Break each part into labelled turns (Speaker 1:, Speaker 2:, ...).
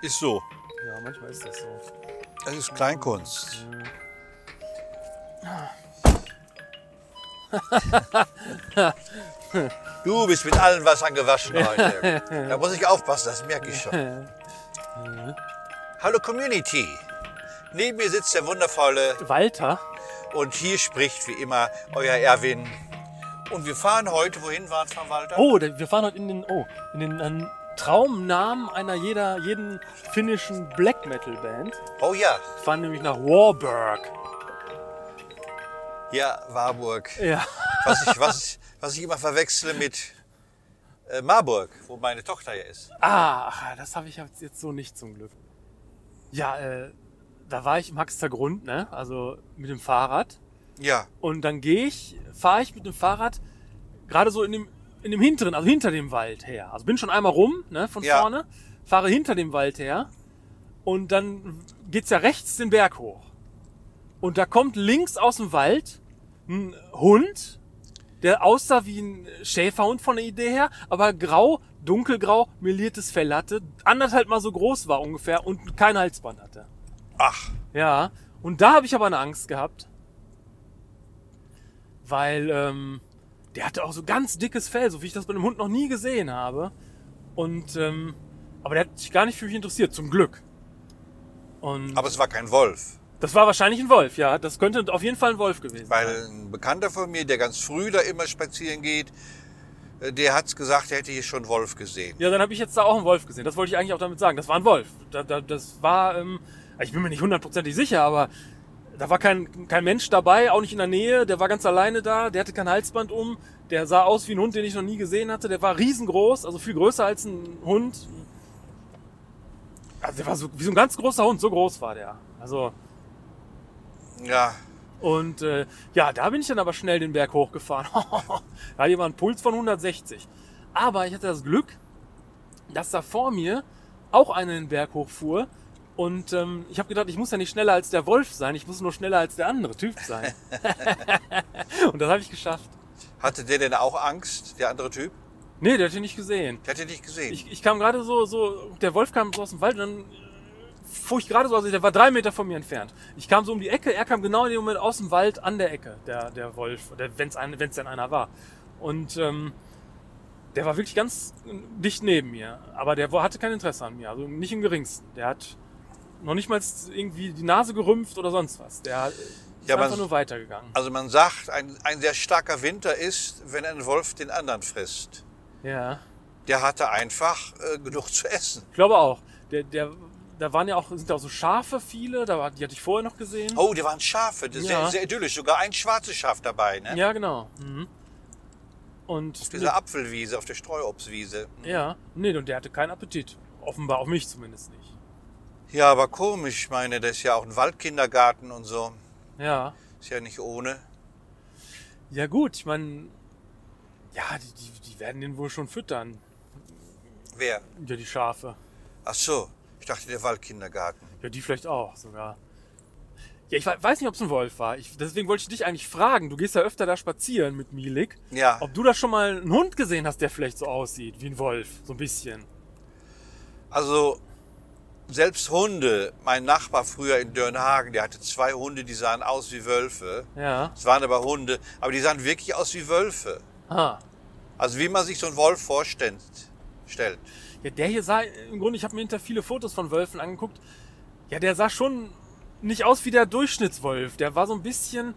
Speaker 1: Ist so.
Speaker 2: Ja, manchmal ist das so.
Speaker 1: Das ist Kleinkunst. du bist mit allen Wassern gewaschen heute. Da muss ich aufpassen, das merke ich schon. Hallo Community. Neben mir sitzt der wundervolle
Speaker 2: Walter?
Speaker 1: und hier spricht wie immer euer Erwin. Und wir fahren heute, wohin waren wir, Walter?
Speaker 2: Oh, da- wir fahren heute in den, oh, in den ähm, Traumnamen einer jeder, jeden finnischen Black Metal Band.
Speaker 1: oh ja,
Speaker 2: Wir fahren nämlich nach Warburg.
Speaker 1: ja, Warburg.
Speaker 2: Ja.
Speaker 1: was ich, was, ich- was ich immer verwechsle mit äh, Marburg, wo meine Tochter ja ist.
Speaker 2: Ah, ach, das habe ich jetzt jetzt so nicht zum Glück. Ja, äh, da war ich im Haxter Grund, ne? Also mit dem Fahrrad.
Speaker 1: Ja.
Speaker 2: Und dann gehe ich, fahre ich mit dem Fahrrad gerade so in dem, in dem hinteren, also hinter dem Wald her. Also bin schon einmal rum, ne, von
Speaker 1: Ja.
Speaker 2: vorne, fahre hinter dem Wald her und dann geht's ja rechts den Berg hoch. Und da kommt links aus dem Wald ein Hund, der aussah wie ein Schäferhund von der Idee her, aber grau, dunkelgrau, meliertes Fell hatte, anderthalb mal so groß war ungefähr und kein Halsband hatte.
Speaker 1: Ach,
Speaker 2: Ja, und da habe ich aber eine Angst gehabt. Weil ähm, der hatte auch so ganz dickes Fell, so wie ich das bei einem Hund noch nie gesehen habe. Und ähm, aber der hat sich gar nicht für mich interessiert, zum Glück. Und
Speaker 1: aber es war kein Wolf.
Speaker 2: das war wahrscheinlich ein Wolf, ja. Das könnte auf jeden Fall ein Wolf gewesen sein.
Speaker 1: Weil ein Bekannter von mir, der ganz früh da immer spazieren geht, äh, der hat's gesagt, er hätte hier schon Wolf gesehen.
Speaker 2: Ja, dann habe ich jetzt da auch einen Wolf gesehen. Das wollte ich eigentlich auch damit sagen. Das war ein Wolf. Da, da, das war, ähm, ich bin mir nicht hundertprozentig sicher, aber da war kein, kein Mensch dabei, auch nicht in der Nähe. Der war ganz alleine da, der hatte kein Halsband um. Der sah aus wie ein Hund, den ich noch nie gesehen hatte. Der war riesengroß, also viel größer als ein Hund. Also der war so, wie so ein ganz großer Hund, so groß war der. Also,
Speaker 1: Ja,
Speaker 2: und äh, ja, da bin ich dann aber schnell den Berg hochgefahren. da hatte ich mal einen Puls von 160. Aber ich hatte das Glück, dass da vor mir auch einer den Berg hochfuhr. Und ähm, ich habe gedacht, ich muss ja nicht schneller als der Wolf sein, ich muss nur schneller als der andere Typ sein. und das habe ich geschafft.
Speaker 1: hatte der denn auch Angst, der andere Typ?
Speaker 2: Nee, der hat ihn nicht gesehen.
Speaker 1: Der hätte dich gesehen.
Speaker 2: Ich, ich kam gerade so, so, der Wolf kam so aus dem Wald und dann äh, fuhr ich gerade so, also der war drei Meter von mir entfernt. Ich kam so um die Ecke, er kam genau in dem Moment aus dem Wald an der Ecke, der, der Wolf, wenn es wenn's denn einer war. Und ähm, der war wirklich ganz dicht neben mir, aber der wo- hatte kein Interesse an mir, also nicht im geringsten. Der hat noch nicht mal irgendwie die Nase gerümpft oder sonst was. Der äh, ist
Speaker 1: Ja, aber
Speaker 2: einfach
Speaker 1: es-
Speaker 2: nur weitergegangen.
Speaker 1: also man sagt, ein, ein sehr starker Winter ist, wenn ein Wolf den anderen frisst.
Speaker 2: Ja.
Speaker 1: Der hatte einfach äh, genug zu essen.
Speaker 2: Ich glaube auch. Der, der, da waren ja auch, sind ja auch so Schafe viele, da war, die hatte ich vorher noch gesehen.
Speaker 1: Oh, die waren Schafe, das ist
Speaker 2: Ja.
Speaker 1: sehr, sehr idyllisch. Sogar ein schwarzes Schaf dabei. Ne?
Speaker 2: Ja, genau. Mhm. Und
Speaker 1: Diese Apfelwiese, auf der Streuobstwiese.
Speaker 2: nee, ja, nee, und der hatte keinen Appetit. Offenbar auf mich zumindest nicht.
Speaker 1: Ja, aber komisch, ich meine, das ist ja auch ein Waldkindergarten und so.
Speaker 2: Ja.
Speaker 1: Ist ja nicht ohne.
Speaker 2: Ja, gut, ich meine, ja, die, die, die werden den wohl schon füttern,
Speaker 1: Wer?
Speaker 2: ja, die Schafe.
Speaker 1: Ach so, ich dachte der Waldkindergarten.
Speaker 2: Ja, die vielleicht auch sogar. Ja, ich we- weiß nicht, ob es ein Wolf war. Ich, deswegen wollte ich dich eigentlich fragen. Du gehst ja öfter da spazieren mit Milik.
Speaker 1: Ja,
Speaker 2: Ob du da schon mal einen Hund gesehen hast, der vielleicht so aussieht, wie ein Wolf, so ein bisschen.
Speaker 1: also selbst Hunde. Mein Nachbar früher in Dörnhagen, der hatte zwei Hunde, die sahen aus wie Wölfe.
Speaker 2: Ja.
Speaker 1: Es waren aber Hunde, aber die sahen wirklich aus wie Wölfe.
Speaker 2: Ah.
Speaker 1: Also wie man sich so einen Wolf vorstellt. Stellt.
Speaker 2: Ja, der hier sah im Grunde, ich habe mir hinter viele Fotos von Wölfen angeguckt. Ja, der sah schon nicht aus wie der Durchschnittswolf. Der war so ein bisschen,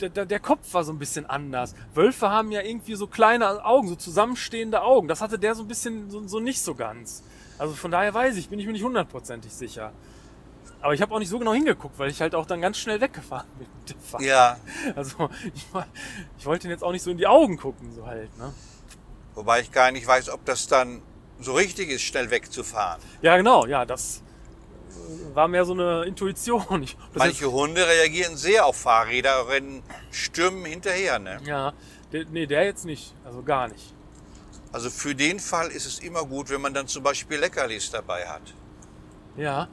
Speaker 2: der, der, der Kopf war so ein bisschen anders. Wölfe haben ja irgendwie so kleine Augen, so zusammenstehende Augen. Das hatte der so ein bisschen so, so nicht so ganz. Also von daher weiß ich, bin ich mir nicht hundertprozentig sicher. Aber ich habe auch nicht so genau hingeguckt, weil ich halt auch dann ganz schnell weggefahren bin. mit dem Fahrrad.
Speaker 1: Ja,
Speaker 2: Also ich, wa- ich wollte ihn jetzt auch nicht so in die Augen gucken, so halt. Ne?
Speaker 1: wobei ich gar nicht weiß, ob das dann so richtig ist, schnell wegzufahren.
Speaker 2: Ja, genau, ja, das äh, war mehr so eine Intuition. Ich, das
Speaker 1: Manche Hunde reagieren sehr auf Fahrräder, rennen stürmen hinterher. Ne?
Speaker 2: jetzt, ja, der, nee, der jetzt nicht, also gar nicht.
Speaker 1: Also für den Fall ist es immer gut, wenn man dann zum Beispiel Leckerlis dabei hat.
Speaker 2: Ja,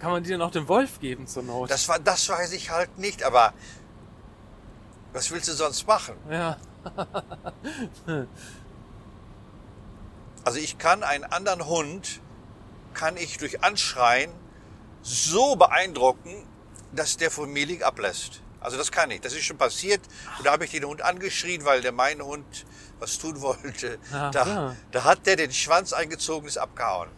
Speaker 2: kann man die dann auch dem Wolf geben zur Not?
Speaker 1: Das, war, das weiß ich halt nicht, aber was willst du sonst machen?
Speaker 2: ja,
Speaker 1: Also ich kann einen anderen Hund kann ich durch Anschreien so beeindrucken, dass der von mir liegen ablässt. Also das kann ich. Das ist schon passiert. Und da habe ich den Hund angeschrien, weil der meine Hund was tun wollte.
Speaker 2: Ach
Speaker 1: Da,
Speaker 2: so.
Speaker 1: da hat der den Schwanz eingezogen, ist abgehauen.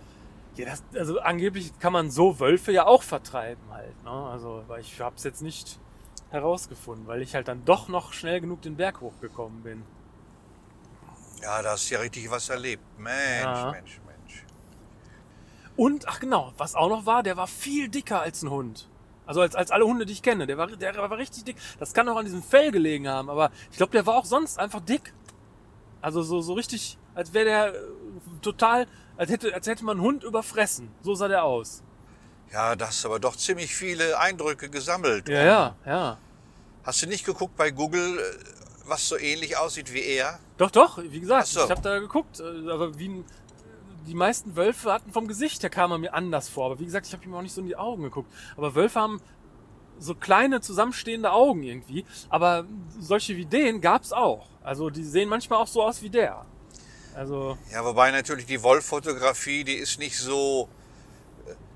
Speaker 2: Ja, das, also angeblich kann man so Wölfe ja auch vertreiben halt, ne? Also, weil ich hab's jetzt nicht herausgefunden, weil ich halt dann doch noch schnell genug den Berg hochgekommen bin.
Speaker 1: Ja, da hast du ja richtig was erlebt. Mensch,
Speaker 2: Ja.
Speaker 1: Mensch, Mensch.
Speaker 2: Und, ach genau, was auch noch war, der war viel dicker als ein Hund. Also als, als alle Hunde, die ich kenne. Der war, der war richtig dick. Das kann auch an diesem Fell gelegen haben, aber ich glaube, der war auch sonst einfach dick. Also so, so richtig, als wäre der äh, total, als hätte, als hätte man einen Hund überfressen. So sah der aus.
Speaker 1: Ja, da hast du aber doch ziemlich viele Eindrücke gesammelt.
Speaker 2: Ja, ja, ja.
Speaker 1: Hast du nicht geguckt bei Google, äh, was so ähnlich aussieht wie er?
Speaker 2: Doch, doch, wie gesagt,
Speaker 1: Ach so.
Speaker 2: ich habe da geguckt, äh, aber wie ein, die meisten Wölfe hatten vom Gesicht, der kam er mir anders vor, aber wie gesagt, ich habe ihm auch nicht so in die Augen geguckt, aber Wölfe haben so kleine zusammenstehende Augen irgendwie, aber solche wie den gab's auch. Also die sehen manchmal auch so aus wie der. Also
Speaker 1: Ja, wobei natürlich die Wolffotografie, die ist nicht so.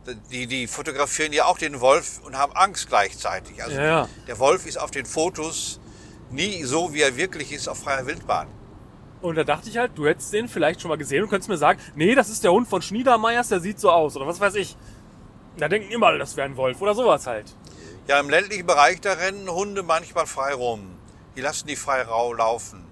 Speaker 1: äh, Die, die fotografieren ja auch den Wolf und haben Angst gleichzeitig. Also
Speaker 2: Ja, ja.
Speaker 1: der Wolf ist auf den Fotos nie so, wie er wirklich ist auf freier Wildbahn.
Speaker 2: und da dachte ich halt, du hättest den vielleicht schon mal gesehen und könntest mir sagen, nee, das ist der Hund von Schniedermeyers, der sieht so aus oder was weiß ich. Da denken immer, alle, das wäre ein Wolf oder sowas halt.
Speaker 1: Ja, im ländlichen Bereich, da rennen Hunde manchmal frei rum. Die lassen die frei rau laufen.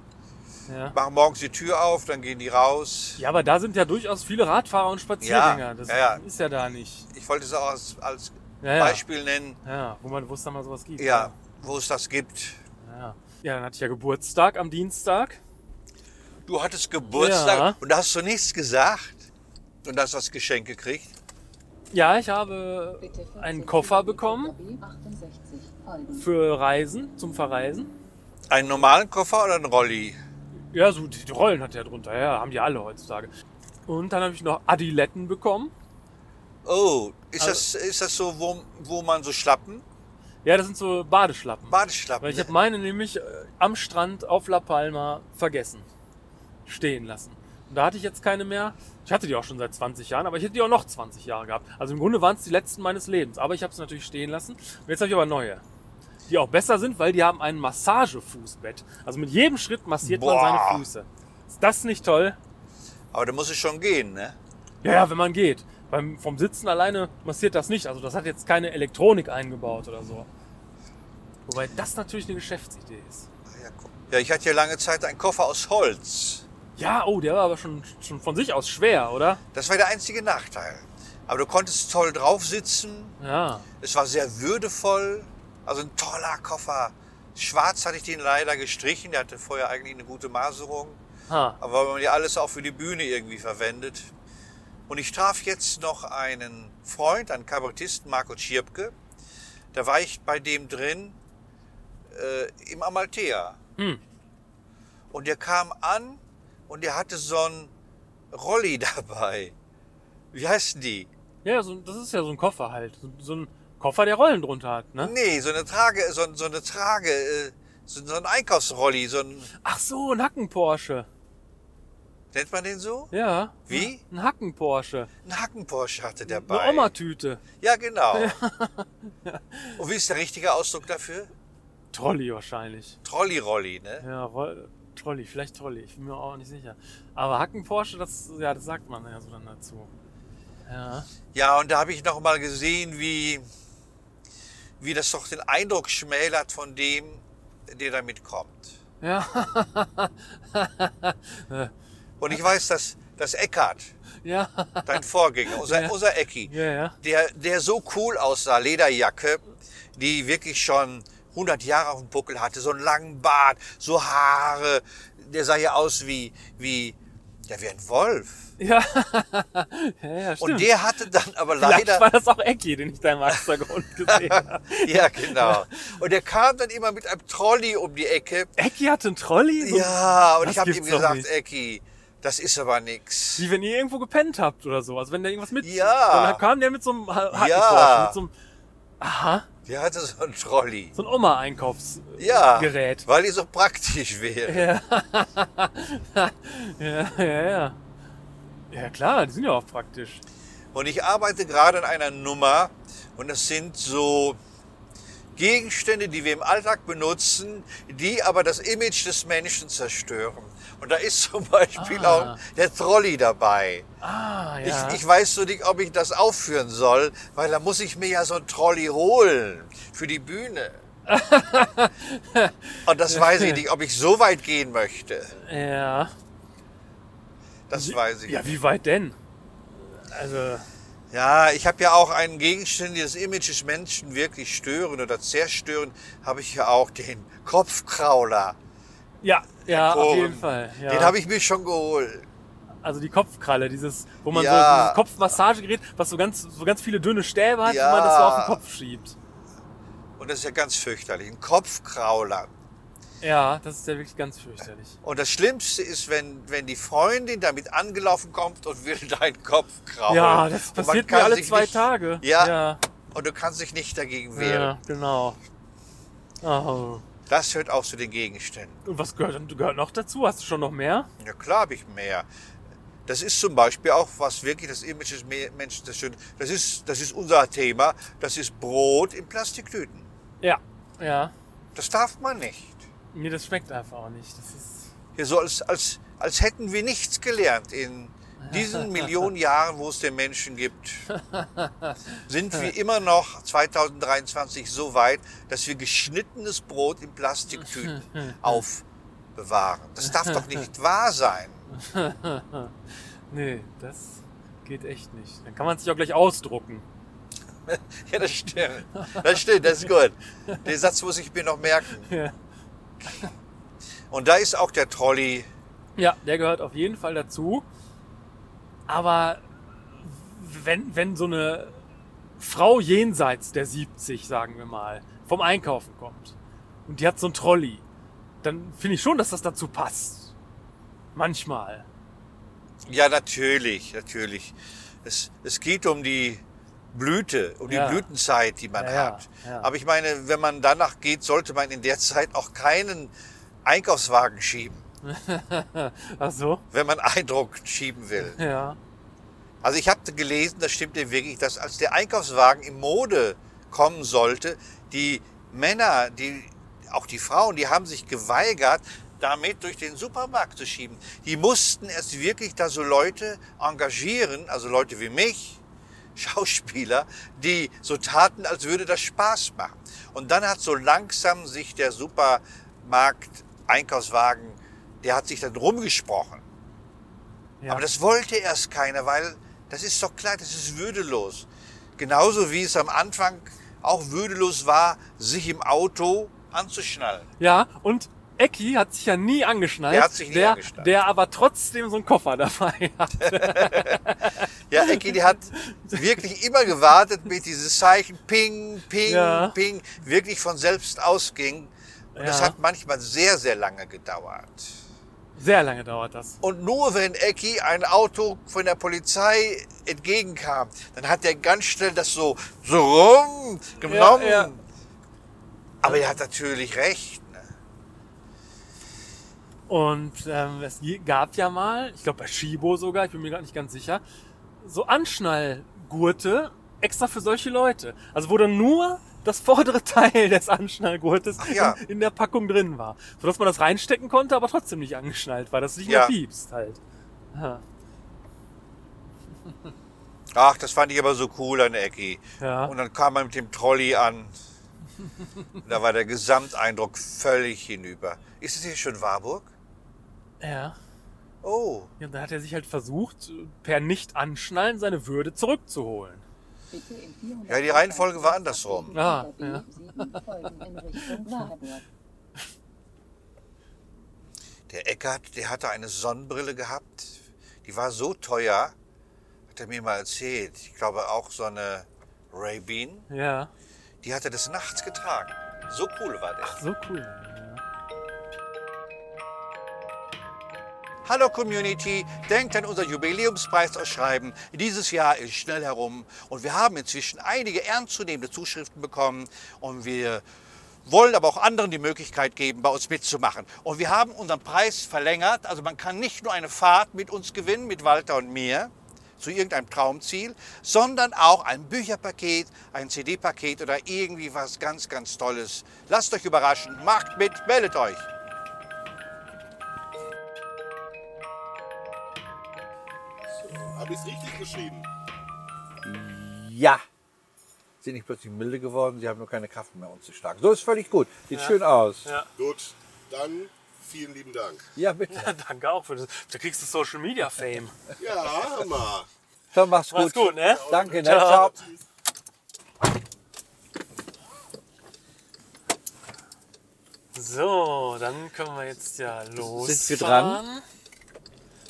Speaker 2: Ja.
Speaker 1: Machen morgens die Tür auf, dann gehen die raus.
Speaker 2: Ja, aber da sind ja durchaus viele Radfahrer und Spaziergänger. das
Speaker 1: ja, ja.
Speaker 2: ist ja da nicht.
Speaker 1: Ich wollte es auch als, als
Speaker 2: Ja, ja.
Speaker 1: Beispiel nennen,
Speaker 2: Ja, wo man wo es da mal sowas gibt.
Speaker 1: ja, wo es das gibt.
Speaker 2: ja. Ja, dann hatte ich ja Geburtstag am Dienstag.
Speaker 1: Du hattest Geburtstag
Speaker 2: Ja.
Speaker 1: und da hast du nichts gesagt und hast das Geschenk gekriegt.
Speaker 2: Ja, ich habe
Speaker 3: Bitte 14
Speaker 2: einen Koffer
Speaker 3: Kilometer
Speaker 2: bekommen
Speaker 3: B 68 Holden.
Speaker 2: für Reisen, zum Verreisen.
Speaker 1: Einen normalen Koffer oder einen Rolli?
Speaker 2: Ja, so die die Rollen hat er drunter. Ja, haben die alle heutzutage. Und dann habe ich noch Adiletten bekommen.
Speaker 1: Oh, ist,
Speaker 2: Also-
Speaker 1: das, ist das so, wo, wo man so Schlappen,
Speaker 2: Ja, das sind so Badeschlappen.
Speaker 1: Badeschlappen? ne?
Speaker 2: Weil ich habe meine nämlich äh, am Strand auf La Palma vergessen. Stehen lassen. Und da hatte ich jetzt keine mehr. Ich hatte die auch schon seit 20 Jahren, aber ich hätte die auch noch 20 Jahre gehabt. Also im Grunde waren es die letzten meines Lebens. Aber ich habe sie natürlich stehen lassen. Und jetzt habe ich aber neue. Die auch besser sind, weil die haben ein Massagefußbett. Also mit jedem Schritt massiert man
Speaker 1: Boah.
Speaker 2: seine Füße. Ist das nicht toll?
Speaker 1: Aber da muss es schon gehen, ne?
Speaker 2: Ja, ja, wenn man geht. Beim, vom Sitzen alleine massiert das nicht. Also das hat jetzt keine Elektronik eingebaut oder so. Wobei das natürlich eine Geschäftsidee ist.
Speaker 1: Ja, guck. ja, ich hatte ja lange Zeit einen Koffer aus Holz.
Speaker 2: Ja, oh, der war aber schon, schon von sich aus schwer, oder?
Speaker 1: Das war der einzige Nachteil. Aber du konntest toll drauf sitzen.
Speaker 2: Ja.
Speaker 1: Es war sehr würdevoll. Also ein toller Koffer. Schwarz hatte ich den leider gestrichen. Der hatte vorher eigentlich eine gute Maserung.
Speaker 2: Ha.
Speaker 1: Aber man ja alles auch für die Bühne irgendwie verwendet. Und ich traf jetzt noch einen Freund, einen Kabarettisten, Marco Schirpke. Da war ich bei dem drin äh, im Amalthea.
Speaker 2: Hm.
Speaker 1: Und der kam an und der hatte so ein Rolli dabei. Wie heißen die?
Speaker 2: Ja, so, das ist ja so ein Koffer halt. So, so ein Koffer, der Rollen drunter hat, ne?
Speaker 1: Nee, so eine Trage, so, so eine Trage, äh, so, so ein Einkaufsrolli, so ein,
Speaker 2: Ach so, ein Hacken-Porsche.
Speaker 1: nennt man den so?
Speaker 2: Ja.
Speaker 1: Wie?
Speaker 2: Ein Hacken-Porsche.
Speaker 1: Ein Hacken-Porsche hatte der bei.
Speaker 2: Eine Oma-Tüte.
Speaker 1: Ja, genau. Und wie ist der richtige Ausdruck dafür?
Speaker 2: Trolley wahrscheinlich.
Speaker 1: Trolli-Rolli, ne?
Speaker 2: Ja, Roll Trolley, vielleicht Trolley. Ich bin mir auch nicht sicher. Aber Hacken-Porsche, das, ja, das sagt man ja so dann dazu. Ja.
Speaker 1: Ja, und da habe ich noch mal gesehen, wie, wie das doch den Eindruck schmälert von dem, der da mitkommt.
Speaker 2: Ja.
Speaker 1: Und ich weiß, dass, dass Eckart,
Speaker 2: ja.
Speaker 1: dein Vorgänger, unser,
Speaker 2: Ja.
Speaker 1: unser Ecki,
Speaker 2: Ja, ja.
Speaker 1: der, der so cool aussah, Lederjacke, die wirklich schon 100 Jahre auf dem Buckel hatte, so einen langen Bart, so Haare, der sah ja aus wie, wie, ja, wie ein Wolf.
Speaker 2: Ja, ja, ja stimmt.
Speaker 1: Und der hatte dann aber
Speaker 2: Vielleicht
Speaker 1: leider,
Speaker 2: war das auch Ecki, den ich da im Achtergrund gesehen habe.
Speaker 1: ja genau. Und der kam dann immer mit einem Trolley um die Ecke.
Speaker 2: Ecki hat einen Trolley? So-
Speaker 1: Ja, und
Speaker 2: Das
Speaker 1: ich habe ihm
Speaker 2: gibt's doch
Speaker 1: gesagt,
Speaker 2: nicht.
Speaker 1: Ecki, das ist aber nix.
Speaker 2: Wie wenn ihr irgendwo gepennt habt oder so. Also wenn da irgendwas mit...
Speaker 1: Ja.
Speaker 2: Und dann kam der mit so einem Ha- Hackenporsche,
Speaker 1: Ja.
Speaker 2: mit so einem... Aha,
Speaker 1: Der hatte so einen Trolley.
Speaker 2: so ein Oma-Einkaufsgerät.
Speaker 1: Ja,
Speaker 2: Gerät.
Speaker 1: weil die so praktisch wäre.
Speaker 2: Ja. ja, ja, ja. Ja klar, die sind ja auch praktisch.
Speaker 1: Und ich arbeite gerade an einer Nummer und das sind so Gegenstände, die wir im Alltag benutzen, die aber das Image des Menschen zerstören. Und da ist zum Beispiel
Speaker 2: Ah.
Speaker 1: auch der Trolley dabei.
Speaker 2: Ah, ja.
Speaker 1: Ich, ich weiß so nicht, ob ich das aufführen soll, weil da muss ich mir ja so ein Trolley holen für die Bühne. Und das weiß ich nicht, ob ich so weit gehen möchte.
Speaker 2: ja.
Speaker 1: Das weiß ich.
Speaker 2: Ja,
Speaker 1: nicht.
Speaker 2: wie weit denn? Also,
Speaker 1: ja ich habe ja auch einen Gegenstand, die das Image des Menschen wirklich stören oder zerstören, habe ich ja auch den Kopfkrauler.
Speaker 2: ja, ja, auf
Speaker 1: Forum.
Speaker 2: jeden Fall. Ja.
Speaker 1: Den habe ich mir schon geholt.
Speaker 2: Also die Kopfkralle, dieses, wo man
Speaker 1: Ja.
Speaker 2: so dieses Kopfmassagegerät, was so ganz, so ganz viele dünne Stäbe hat,
Speaker 1: Ja.
Speaker 2: wo man das so auf den Kopf schiebt.
Speaker 1: Und das ist ja ganz fürchterlich. Ein Kopfkrauler.
Speaker 2: Ja, das ist ja wirklich ganz fürchterlich.
Speaker 1: Und das Schlimmste ist, wenn, wenn die Freundin damit angelaufen kommt und will deinen Kopf kraulen.
Speaker 2: ja, das
Speaker 1: Und man
Speaker 2: passiert
Speaker 1: kann
Speaker 2: mir alle
Speaker 1: sich
Speaker 2: zwei
Speaker 1: nicht,
Speaker 2: Tage.
Speaker 1: Ja.
Speaker 2: ja.
Speaker 1: Und du kannst dich nicht dagegen wehren.
Speaker 2: ja genau. Oh.
Speaker 1: Das hört auch zu den Gegenständen.
Speaker 2: Und was gehört, gehört noch dazu? Hast du schon noch mehr?
Speaker 1: Ja, klar habe ich mehr. Das ist zum Beispiel auch, was wirklich das Image des Me- Menschen zerstört. Das ist, das ist unser Thema. Das ist Brot in Plastiktüten.
Speaker 2: Ja. Ja.
Speaker 1: Das darf man nicht.
Speaker 2: Mir das schmeckt einfach auch nicht. Das ist.
Speaker 1: Hier so als, als, als hätten wir nichts gelernt in diesen Millionen Jahren, wo es den Menschen gibt. Sind wir immer noch 2023 so weit, dass wir geschnittenes Brot in Plastiktüten aufbewahren? Das darf doch nicht wahr sein.
Speaker 2: Nee, das geht echt nicht. Dann kann man sich auch gleich ausdrucken.
Speaker 1: Ja, das stimmt. Das stimmt, das ist gut. Den Satz muss ich mir noch merken.
Speaker 2: Ja.
Speaker 1: Und da ist auch der Trolley.
Speaker 2: Ja, der gehört auf jeden Fall dazu. Aber wenn, wenn so eine Frau jenseits der 70, sagen wir mal, vom Einkaufen kommt und die hat so einen Trolley, dann finde ich schon, dass das dazu passt. Manchmal.
Speaker 1: Ja, natürlich, natürlich. Es, es geht um die Blüte, um die
Speaker 2: Ja.
Speaker 1: Blütenzeit, die man
Speaker 2: Ja, ja,
Speaker 1: hat.
Speaker 2: ja.
Speaker 1: Aber ich meine, wenn man danach geht, sollte man in der Zeit auch keinen Einkaufswagen schieben,
Speaker 2: Ach so?
Speaker 1: wenn man Eindruck schieben will.
Speaker 2: Ja.
Speaker 1: Also ich habe gelesen, das stimmt ja wirklich, dass als der Einkaufswagen in Mode kommen sollte, die Männer, die auch die Frauen, die haben sich geweigert, damit durch den Supermarkt zu schieben. Die mussten erst wirklich da so Leute engagieren, also Leute wie mich, Schauspieler, die so taten, als würde das Spaß machen. Und dann hat so langsam sich der Supermarkt Einkaufswagen, der hat sich dann rumgesprochen.
Speaker 2: ja.
Speaker 1: Aber das wollte erst keiner, weil das ist doch klar, das ist würdelos. Genauso wie es am Anfang auch würdelos war, sich im Auto anzuschnallen.
Speaker 2: ja, und Ecki hat sich ja nie angeschnallt.
Speaker 1: Der hat sich nie
Speaker 2: der,
Speaker 1: angeschnallt.
Speaker 2: Der aber trotzdem so einen Koffer dabei hat.
Speaker 1: Ja, Ecki, die hat wirklich immer gewartet mit dieses Zeichen Ping, Ping,
Speaker 2: Ja.
Speaker 1: Ping, wirklich von selbst ausging. Und das
Speaker 2: Ja.
Speaker 1: hat manchmal sehr, sehr lange gedauert.
Speaker 2: Sehr lange dauert das.
Speaker 1: Und nur wenn Ecki ein Auto von der Polizei entgegenkam, dann hat er ganz schnell das so, so rumgenommen.
Speaker 2: Ja, ja.
Speaker 1: Aber er hat natürlich recht. Ne?
Speaker 2: Und ähm, es je- gab ja mal, ich glaube bei Shibo sogar, ich bin mir gerade nicht ganz sicher, so Anschnallgurte extra für solche Leute. Also wo dann nur das vordere Teil des Anschnallgurtes
Speaker 1: Ach ja.
Speaker 2: in, in der Packung drin war. Sodass man das reinstecken konnte, aber trotzdem nicht angeschnallt war, dass es nicht
Speaker 1: Ja.
Speaker 2: mehr piepst halt. Ja.
Speaker 1: Ach, das fand ich aber so cool an Ecki.
Speaker 2: Ja.
Speaker 1: Und dann kam er mit dem Trolley an. da war der Gesamteindruck völlig hinüber. Ist es hier schon Warburg?
Speaker 2: ja.
Speaker 1: Oh,
Speaker 2: Ja, Und dann hat er sich halt versucht, per Nicht-Anschnallen seine Würde zurückzuholen.
Speaker 3: Bitte in 400
Speaker 1: Ja, die Reihenfolge war andersrum.
Speaker 2: Ah,
Speaker 3: B
Speaker 2: ja.
Speaker 3: sieben Folgen in Richtung Warburg.
Speaker 1: der Eckert, der hatte eine Sonnenbrille gehabt. Die war so teuer, hat er mir mal erzählt. Ich glaube auch so eine Ray Bean.
Speaker 2: Ja.
Speaker 1: Die hat er des Nachts getragen. So cool war der.
Speaker 2: So cool. Ja.
Speaker 1: Hallo Community, denkt an unser Jubiläumspreisausschreiben. Dieses Jahr ist schnell herum und wir haben inzwischen einige ernstzunehmende Zuschriften bekommen und wir wollen aber auch anderen die Möglichkeit geben, bei uns mitzumachen. Und wir haben unseren Preis verlängert, also man kann nicht nur eine Fahrt mit uns gewinnen, mit Walter und mir
Speaker 4: zu irgendeinem Traumziel, sondern auch ein Bücherpaket, ein CD-Paket oder irgendwie was ganz, ganz Tolles. Lasst euch überraschen, macht mit, meldet euch.
Speaker 5: Habe ich es richtig geschrieben?
Speaker 4: Ja. Sind nicht plötzlich milde geworden, sie haben nur keine Kraft mehr, uns zu schlagen. So ist völlig gut. Sieht schön aus.
Speaker 2: Ja.
Speaker 5: Gut, dann vielen lieben Dank.
Speaker 4: Ja, bitte.
Speaker 2: Danke auch für das. Da kriegst du Social Media Fame.
Speaker 5: Ja, Hammer.
Speaker 4: Dann mach's gut.
Speaker 2: Mach's gut, ne?
Speaker 4: Danke, ne?
Speaker 2: Ciao.
Speaker 4: Ciao.
Speaker 2: So, dann können wir jetzt ja los.
Speaker 4: Sind wir dran?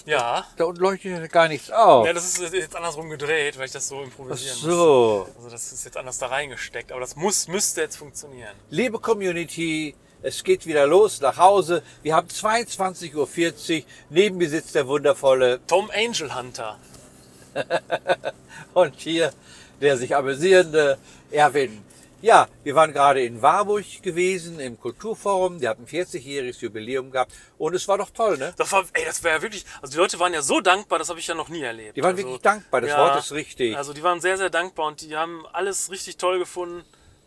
Speaker 2: Ja.
Speaker 4: Da unten leuchtet ja gar nichts auf.
Speaker 2: Ja, das ist jetzt andersrum gedreht, weil ich das so
Speaker 4: Ach
Speaker 2: improvisieren muss.
Speaker 4: so.
Speaker 2: Also das ist jetzt anders da reingesteckt, aber das muss, müsste jetzt funktionieren.
Speaker 4: Liebe Community, es geht wieder los nach Hause. Wir haben 22.40 Uhr. Neben mir sitzt der wundervolle
Speaker 2: Tom Angel Hunter.
Speaker 4: und hier der sich amüsierende Erwin. Ja, wir waren gerade in Warburg gewesen, im Kulturforum. Die hatten 40-jähriges Jubiläum gehabt. Und es war doch toll, ne?
Speaker 2: Das war, ey, das wäre ja wirklich, also die Leute waren ja so dankbar, das habe ich ja noch nie erlebt.
Speaker 4: Die waren
Speaker 2: also,
Speaker 4: wirklich dankbar, das Wort ist richtig.
Speaker 2: Also die waren sehr, sehr dankbar und die haben alles richtig toll gefunden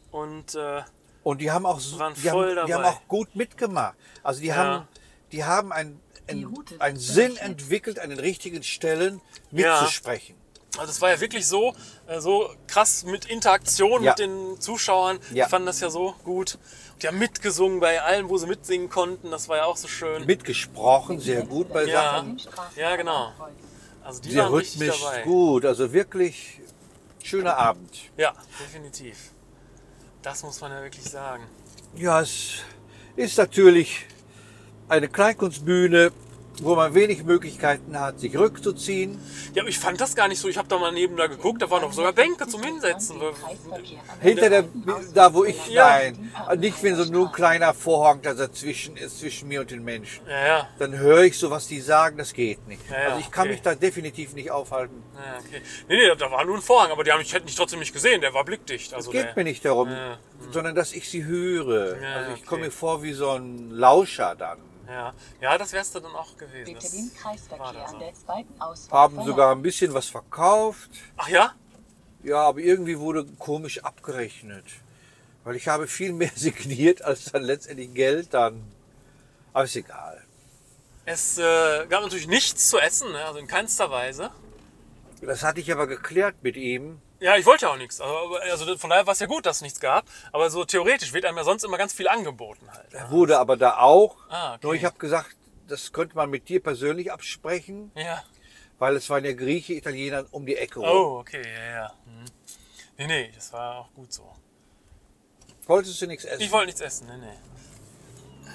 Speaker 2: und äh,
Speaker 4: Und die haben auch, so-
Speaker 2: Waren
Speaker 4: die
Speaker 2: voll
Speaker 4: haben, die haben
Speaker 2: dabei.
Speaker 4: auch gut mitgemacht. Also die haben, die haben einen,
Speaker 3: Die
Speaker 4: einen,
Speaker 3: Route
Speaker 4: einen
Speaker 3: wird
Speaker 4: Sinn
Speaker 3: berechnet.
Speaker 4: entwickelt, an den richtigen Stellen
Speaker 2: Ja.
Speaker 4: mitzusprechen.
Speaker 2: also das war ja wirklich so, äh, so krass mit Interaktion
Speaker 4: Ja.
Speaker 2: mit den Zuschauern.
Speaker 4: Ja.
Speaker 2: Die fanden das ja so gut. Und die haben mitgesungen bei allen, wo sie mitsingen konnten. Das war ja auch so schön.
Speaker 4: Mitgesprochen, sehr gut bei
Speaker 2: Ja.
Speaker 4: Sachen.
Speaker 2: Ja, genau. Also die
Speaker 4: Sehr
Speaker 2: waren richtig
Speaker 4: rhythmisch,
Speaker 2: dabei.
Speaker 4: gut. Also wirklich schöner Abend.
Speaker 2: Ja, definitiv. Das muss man ja wirklich sagen.
Speaker 4: Ja, es ist natürlich eine Kleinkunstbühne, wo man wenig Möglichkeiten hat, sich rückzuziehen.
Speaker 2: Ja, aber ich fand das gar nicht so. Ich habe da mal neben da geguckt, da waren auch sogar Bänke zum Hinsetzen.
Speaker 4: Hinter der, da wo ich,
Speaker 2: Ja.
Speaker 4: nein, nicht wenn so nur ein kleiner Vorhang da dazwischen ist, zwischen mir und den Menschen.
Speaker 2: Ja, ja,
Speaker 4: dann höre ich so, was die sagen, das geht nicht.
Speaker 2: Ja, ja,
Speaker 4: also ich kann
Speaker 2: okay.
Speaker 4: mich da definitiv nicht aufhalten.
Speaker 2: ja, okay. Nee, nee, da war nur ein Vorhang, aber die haben mich, hätten mich trotzdem nicht gesehen. Der war blickdicht. Also
Speaker 4: Geht
Speaker 2: der,
Speaker 4: mir nicht darum,
Speaker 2: Ja.
Speaker 4: sondern dass ich sie höre.
Speaker 2: Ja,
Speaker 4: also ich
Speaker 2: okay.
Speaker 4: komme mir vor wie so ein Lauscher dann.
Speaker 2: Ja, ja das wärst du dann auch gewesen.
Speaker 3: Bitte
Speaker 2: Das
Speaker 3: den
Speaker 2: war
Speaker 3: Kreisverkehr
Speaker 2: da
Speaker 3: an
Speaker 2: so.
Speaker 3: der zweiten Ausfahrt.
Speaker 4: Haben
Speaker 2: Oh.
Speaker 3: verlassen.
Speaker 4: sogar ein bisschen was verkauft.
Speaker 2: Ach ja?
Speaker 4: Ja, aber irgendwie wurde komisch abgerechnet. Weil ich habe viel mehr signiert als dann letztendlich Geld dann. Aber ist egal.
Speaker 2: Es äh, gab natürlich nichts zu essen, ne? also in keinster Weise.
Speaker 4: Das hatte ich aber geklärt mit ihm.
Speaker 2: Ja, ich wollte ja auch nichts. Also, also von daher war es ja gut, dass es nichts gab. Aber so theoretisch wird einem ja sonst immer ganz viel angeboten halt.
Speaker 4: Wurde aber da auch.
Speaker 2: Ah, okay.
Speaker 4: Nur ich habe gesagt, das könnte man mit dir persönlich absprechen.
Speaker 2: Ja.
Speaker 4: weil es waren ja Grieche, Italiener um die Ecke. rum.
Speaker 2: Oh, okay, ja, ja. Hm. Nee, nee, das war auch gut so.
Speaker 4: Wolltest du nichts essen?
Speaker 2: Ich wollte nichts essen, nee, nee.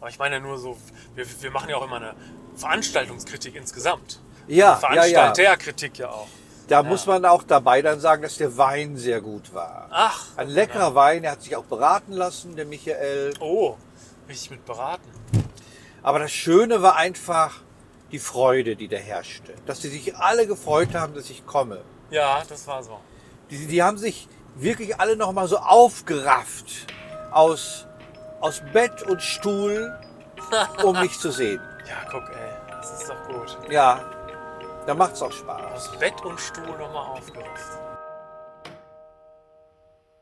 Speaker 2: Aber ich meine ja nur so, wir, wir machen ja auch immer eine Veranstaltungskritik insgesamt.
Speaker 4: ja, ja, ja.
Speaker 2: Veranstalterkritik ja auch.
Speaker 4: Da muss man auch dabei dann sagen, dass der Wein sehr gut war.
Speaker 2: Ach.
Speaker 4: Ein leckerer Wein, der hat sich auch beraten lassen, der Michael.
Speaker 2: Oh, richtig mit beraten.
Speaker 4: Aber das Schöne war einfach die Freude, die da herrschte. Dass sie sich alle gefreut haben, dass ich komme.
Speaker 2: Ja, das war so.
Speaker 4: Die, die haben sich wirklich alle nochmal so aufgerafft aus, aus Bett und Stuhl, um mich zu sehen.
Speaker 2: Ja, guck, ey, das ist doch gut.
Speaker 4: Ja, da macht's auch Spaß.
Speaker 2: Aus Bett und Stuhl nochmal aufgerafft.